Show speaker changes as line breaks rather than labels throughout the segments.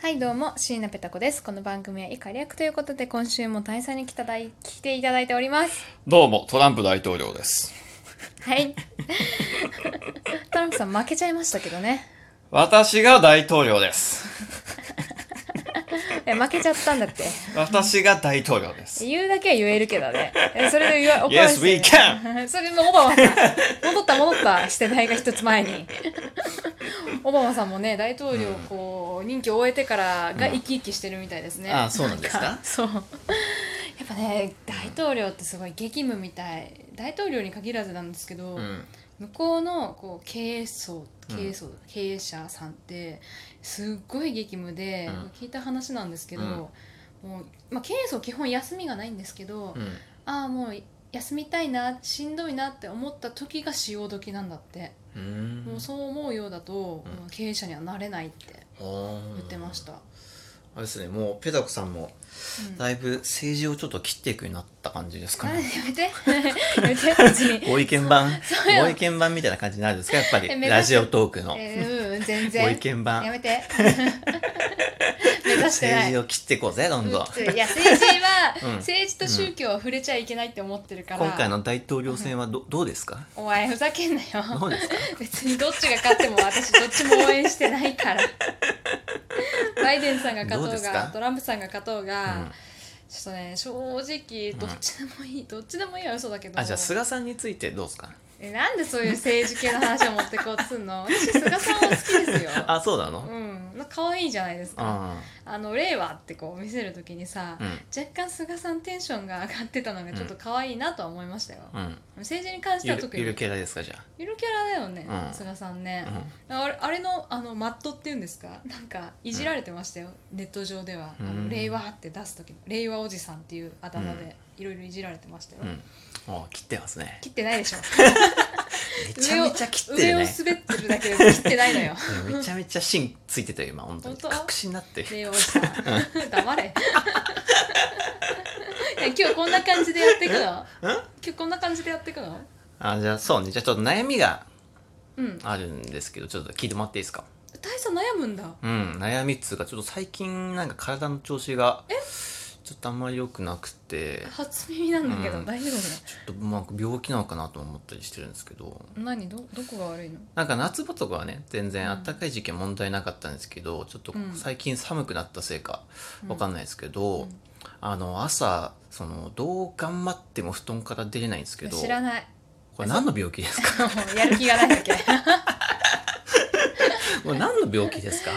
はいどうも椎名ペタ子ですこの番組は以下略ということで今週も大佐に来ただい来ていただいております
どうも、トランプ大統領です。
はい トランプさん負けちゃいましたけどね
私が大統領です。
え負けちゃったんだって
私が大統領です。
言うだけは言えるけどねえそれで言わ
Yes, we
ン それでもオバマさん戻った戻ったしてないが一つ前 にオバマさんもね大統領こう任期を終えてからが生き生きしてるみたいですね、
あそうなんですか
そうやっぱね大統領ってすごい激務みたい大統領に限らずなんですけど、
うん。
向こうのこう経営層経営層、経営者さんってすっごい激務で、
うん
聞いた話なんですけど、
うん
もうまあ、経営層基本休みがないんですけど、
うん。
ああもう休みたいなしんどいなって思った時が使用時なんだって、
うん
もうそう思うようだと、もう経営者にはなれないって
言
言ってました。
あれですね、もうペタコさんも
うん
だいぶ政治をちょっと切っていくようになった感じですか
あや
ね。
めて やめて別に
ご意見版
そうよ
ご意見版みたいな感じになるんですかやっぱ
え
り
目指す
ラジオトークの
えー、うん全
ご
然
意見
や
版
めて目指してない
政治を切っていこうぜどんどん
いや政治は、
うん
政治と宗教は触れちゃいけないって思ってるから
今回の大統領選はどどうですか
お前ふざけんなよ
どうですか
別にどっちが勝っても私どっちも応援してないからバイデンさんが勝
ど
と
う
う
です
が
か
トランプさんが勝とうが、
うん
ちょっとね正直どっちでもいい、どっちでもいいは嘘だけど
あじゃあ菅さんについてどうですか
えなんでそういう政治系の話を持ってこうとすんの私菅さんは好きですよ
あそうなの
うん可愛いじゃないです
う
か、
ん
あの令和ってこう見せるときにさ、
うん
若干菅さんテンションが上がってたのがちょっと可愛いなとは思いましたよ、
うん
政治に関して
ゆ
は
る
特に
ゆ
ゆ
る
る
キャラですかじゃ
キャラだよね、
うん
菅さんね
あ、、
あれあれのあのマットっていうんですかなんかいじられてましたよ、ネット上では「あ
う
の
ん
令和」って出す時の「令和おじさん」っていうあだ名でいろいろいじられてましたよ、
うん、うん、あ切ってますね
切ってないでしょ
めちゃめちゃ切って
上
る
を
ね
滑ってるだけで切ってないのよ
うんめちゃめちゃ芯ついてたよ今本当に
本当
確信になってる
令和おじさん黙れ いや今日こんな感じでやっていくの今日こんな感じでやっていくの
あじゃあそうねじゃあちょっと悩みが
うん
あるんですけどちょっと聞いてもらっていいですか
大佐悩むんだ
うん悩みっつうかちょっと最近なんか体の調子がちょっとあんまり良くなくて
初耳なんだけど、
うん
大丈夫なの
ちょっとなんか病気なのかなとも思ったりしてるんですけど
何どどこが悪いの
なんか夏場とかはね全然
うん
暖かい時期は問題なかったんですけど、ちょっと
うん
最近寒くなったせいかわかん
ない、
ないですけど、
うん
あの朝そのどう頑張っても布団から出れないんですけど
知らない
これ何の病気ですか
やる気がないだ け
これ何の病気ですか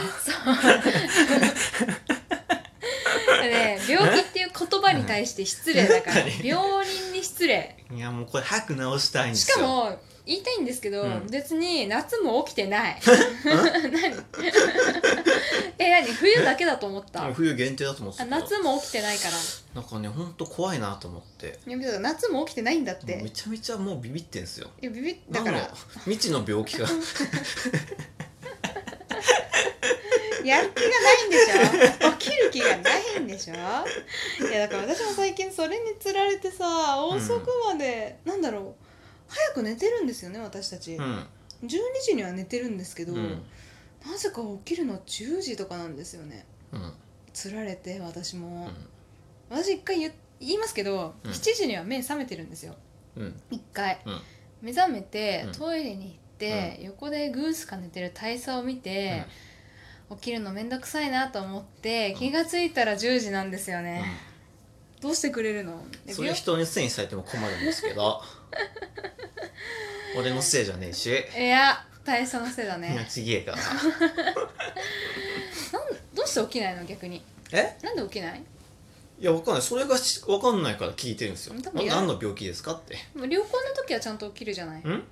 ね病気っていう言葉に対して失礼だから
うん
病人に失礼
いやもうこれ早く治したいんで
しかも言いたいんですけど、
うん
別に夏も起きてない 何え何冬だけだと思った
もう冬限定だと思って
あ
たけど
夏も起きてないから
なんかねほんと怖いなと思って
いや別に夏も起きてないんだっ
もう
て
めちゃめちゃもうビビってんすよ
いやビビっだから
何の未知の病 気が
やる気がないんでしょ起きる気がないんでしょいやだから私も最近それにつられてさ
うん
遅くまで、なんだろう早く寝てるんですよね私たち、
う
12
ん
時には寝てるんですけ
う
ど、
ん
なぜか起きるの10時とかなんですよね
うん
つられて私
う
も、
ん
私一回言言いますけど、
うん
7時には目覚めてるんですよ
うん
一回、
うん
目覚めて、
うん
トイレに行って、横でグースか寝てる大佐を見て、起きるのめんどくさいなと思って
ん
気がついたら10時なんですよ
う
ね、
ん
どうしてくれるので
それ
病
人にせいにされても困るんですけ ど俺のせいじゃねえし、
いや大佐のせいだ
いや
ね
ちげ えから
どうして起きないの逆に
え
なんで起きない
いやわかんないそれがしわかんないから聞いてるんですよ
多分
な
や
何の病気ですかって
でも旅行の時はちゃんと起きるじゃない
ん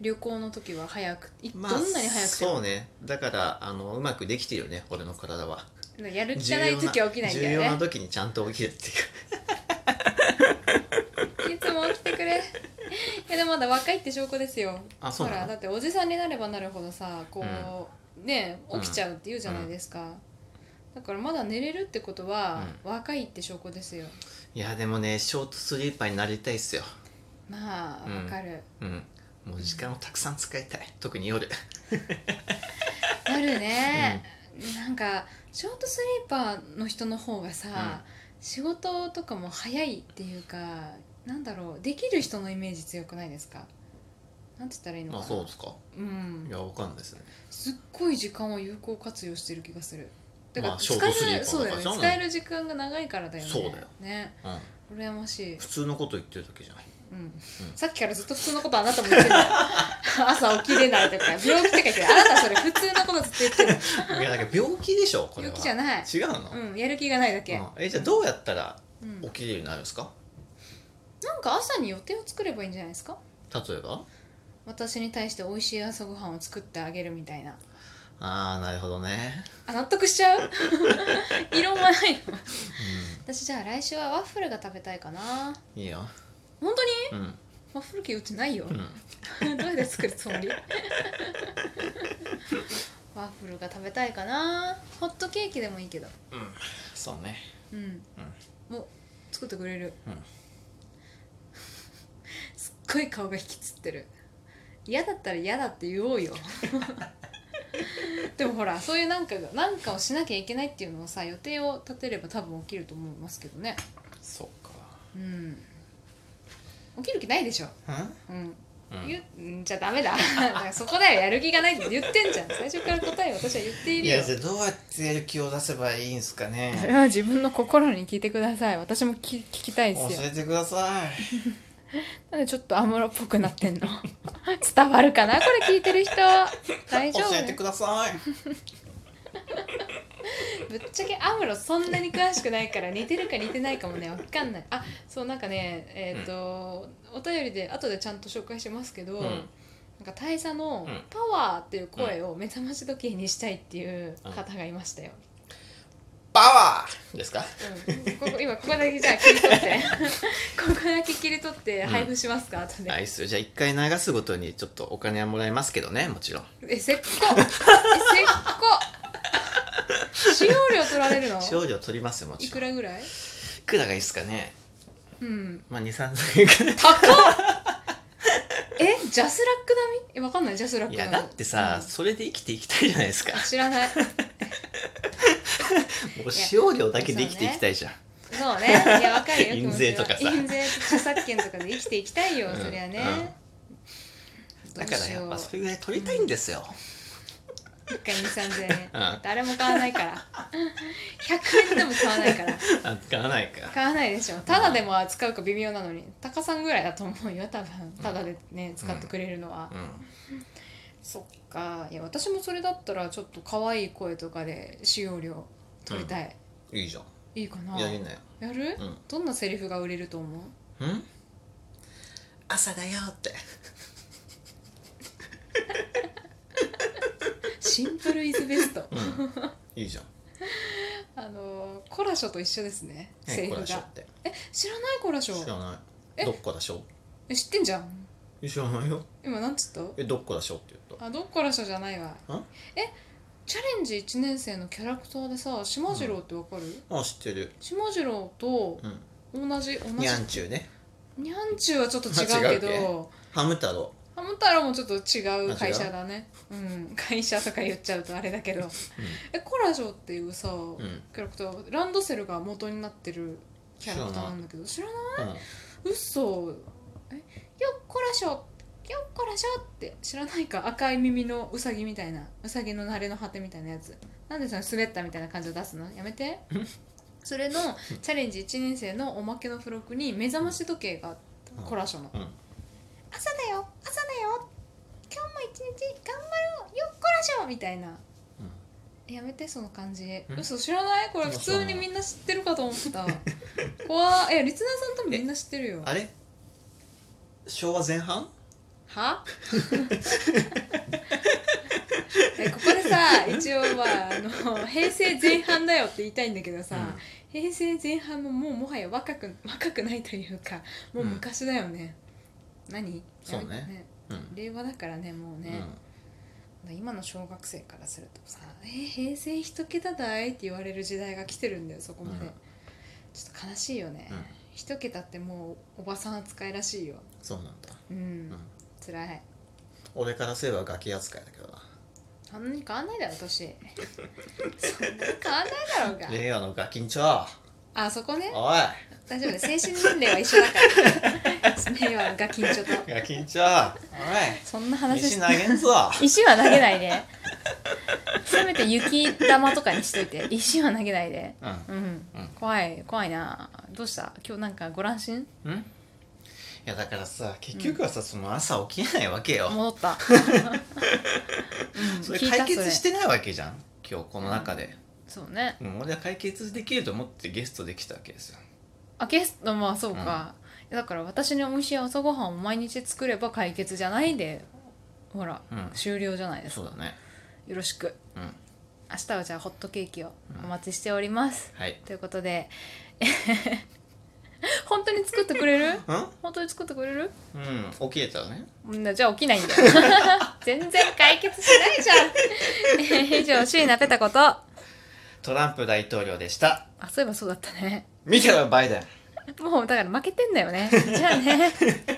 旅行の時は早くいどん
ま
な
あ
に早くて
そ
も
うねだからあのうまくできてるよね俺の体は
やる気がない時は起きないんだ
重要
よ
な
ね
時にちゃんと起きるってい う
いつも起きてくれいやでもまだ若いって証拠ですよ
あそ
ほ
うな
ら
の
だっておじさんになればなるほどさこう、ねえ起きちゃうって言うじゃないですか、だからまだ寝れるってことは、若いって証拠ですよ
いやでもねショートスリーパーになりたいっすよ
まあ
うん
わかる、
うんもう時間をたくさん使いたい特に夜
あるね、なんかショートスリーパーの人の方がさ、仕事とかも早いっていうかなんだろうできる人のイメージ強くないですかなんて言ったらいいのか
あ
な
そうですか
うん
いやわかんないですね
すっごい時間を有効活用してる気がするだから
まあ
使え
ショートスリーパー
る、
だ
そうだよ
から
ね
じゃ
使
ない
える時間が長いからだよね
そうだよ
ね
うん
羨ましい
普通のこと言ってるだけじゃない
うんさっきからずっと普通のことあなたも言ってる 朝起きれないとか病気とか言ってるあなたそれ普通のことずっと言 ってる
いやだから病気でしょこれ
病
は
気じゃない
違うの、
うんやる気がないだけ、
うんえじゃあどうやったら
うん
起きれるようになるんですか
なんか朝に予定を作ればいいんじゃないですか
例えば
私に対して美味しい朝ごはんを作ってあげるみたいな
ああなるほどね、
あ納得しち ゃう 異論はないの
う
私じゃあ来週はワッフルが食べたいかな
うん、いいよ
本当に
うん
ワッフル系売ってないよ
うん
どうやって作るつ もりワッフルが食べたいかなホットケーキでもいいけど
うんそうね
うん、もう作ってくれる、
うん
すっごい顔が引きつってる嫌だったら嫌だって言おう よでもほらそういうなんかがなんかをしなきゃいけないっていうのをさ予定を立てれば多分起きると思いますけどね
そう
うん起きる気ないでしょ
か
うん
うん、うん、
言うんじゃダメだ だからそこだよやる気がないって言ってんじゃん最初から答えを私は言っている
い
よ
やじゃあどうやってやる気を出せばいいんすか
そ
ね
れは自分の心に聞いてください私も聞聞き たいで
教
すよ
えてください
なんでちょっとアムロっぽくなってんの 伝わるかなこれ聞いてる人大
教
丈夫
えてください
ぶっちゃけアムロそんなに詳しくないから似てるか似てないかもねわかんないあそうなんかねえっ、と、お便りで後でちゃんと紹介しますけど、
うん
なんか大佐の
うん
「パワー」っていう声を目覚まし時計にしたいっていう方がいましたよ、
パワーですか
うん、ここ今ここだけじゃあ切り取って ここだけ切り取って配布しますか、後で
あいいっすよじゃあ一回流すごとにちょっとお金はもらえますけどねもちろん
えせっこえせっこ使用料取られるの
少女取りますよも
い
ち
く
ろんい
らぐらい
くらがいいっすかね
うん
まあ230円くらい
高っえジャスラック並みえわかんないジャ スラック
いやだってさ、それで生きていきたいじゃないですか
うん知らない
もう使用料だけで生きていきたいじゃん、
そう ねいやわかるよ
印税とかさ
気持ちは印税著作権とかで生きていきたいよ、
うん
そりゃね、ど
だ
う
から
し
や
よ
っ
う
ぱそれぐらい取りたいんですよ、
一回二三千円
うん
誰も買わないから100円でも買わないから
あ買わないか
買わないでしょただでも扱うか微妙なのにタカさんぐらいだと思うよ多分ただでね使ってくれるのは、
う
そっかいや私もそれだったらちょっと可愛い声とかで使用料取りたい、
んいいじゃ
いいかなん
やりなよ
やる、
うん
どんなセリフが売れると思う
うん朝だよ って
シンプルイズベ スト
うんいいじゃん
あのーコラショと一緒ですねセ
ね
リ
こ
フ
らしょ
が
って
知らないコラシ
知
ョ
らな
え
いどっこだしょ
え知ってんじゃん
知らないよ
今なんつった
えどっこだしょって言うと
あどっからしょじゃないわ
ん
えチャレンジ1年生のキャラクターでさ島次郎ってわかる、
あ知ってる
島次郎と
うん
同じ同じ
にゃんちゅうね
にゃんちゅうはちょっと違うけ
あ違う
ど
ハム太郎
ハム太郎もちょっと違う会社だねうん会社とか言っちゃうとあれだけど、えコラジョっていうさ、
うんうん
キャラクターランドセルが元になってるキャラクターなんだけど知らない嘘えよっこらしょよっこらしょって知らないか赤い耳のウサギみたいなウサギの慣れの果てみたいなやつなんでその滑ったみたいな感じを出すのやめ てそれのチャレンジ1年生のおまけの付録に目覚まし時計が
うん
コラショの
うんうん
朝だよ朝だよ今日も一日頑張ろうよっこらしょみたいなやめてその感じ嘘知らないこれ普通にみんな知ってるかと思った怖えリスナーさんともみんな知ってるよ
あれ昭和前半
はえここでさ一応はあの平成前半だよって言いたいんだけどさ、
うん
平成前半ももうもはや若く若くないというかもう昔だよね、何
そうねうん
令和だからねもうね、今の小学生からするとさ「え平成一桁台?」って言われる時代が来てるんだよそこまで、
うん
ちょっと悲しいよね、
うん
一桁ってもうおばさん扱いらしいよ
そうなんだ
うん、
うん
辛い
俺からすればガキ扱いだけどな
はそんなに変わんないだろ 年そんなに変わんないだろう
令和のガキンチョ
があそこね
おい
大丈夫だよ精神年齢は一緒だから 令和のガキンチョと
ガキンチョ
そんな
おい
話
石
し
投げ んぞ
石は投げないねせめて雪玉とかにしといて石は投げないで
うん
うん、
うん
怖い怖いなどうした今日なんかご乱心
んいやだからさ結局はさ、その朝起きれないわけよ、
戻 った、うん、
それ
聞いた
解
それ
決してないわけじゃん今日この中で、
そうね
うん、俺は解決できると思ってゲストできたわけですよ
あゲストまあそうか、いやだから私に美味しい朝ごはんを毎日作れば解決じゃないでほら、
うん
終了じゃないです
そう
か
だね
よろしく
うん
明日はじゃあホットケーキを
うん
お待ちしております、
はい
ということで 本当に作ってくれ る本当に作ってくれる
うんうん起きれたらね
うんじゃあ起きないんだよ 全然解決しないじゃん 以上椎名ペタことあ
トランプ大統領でした
そういえばそうだったね
見てろよバイデン
もうだから負けてんだよねじゃあね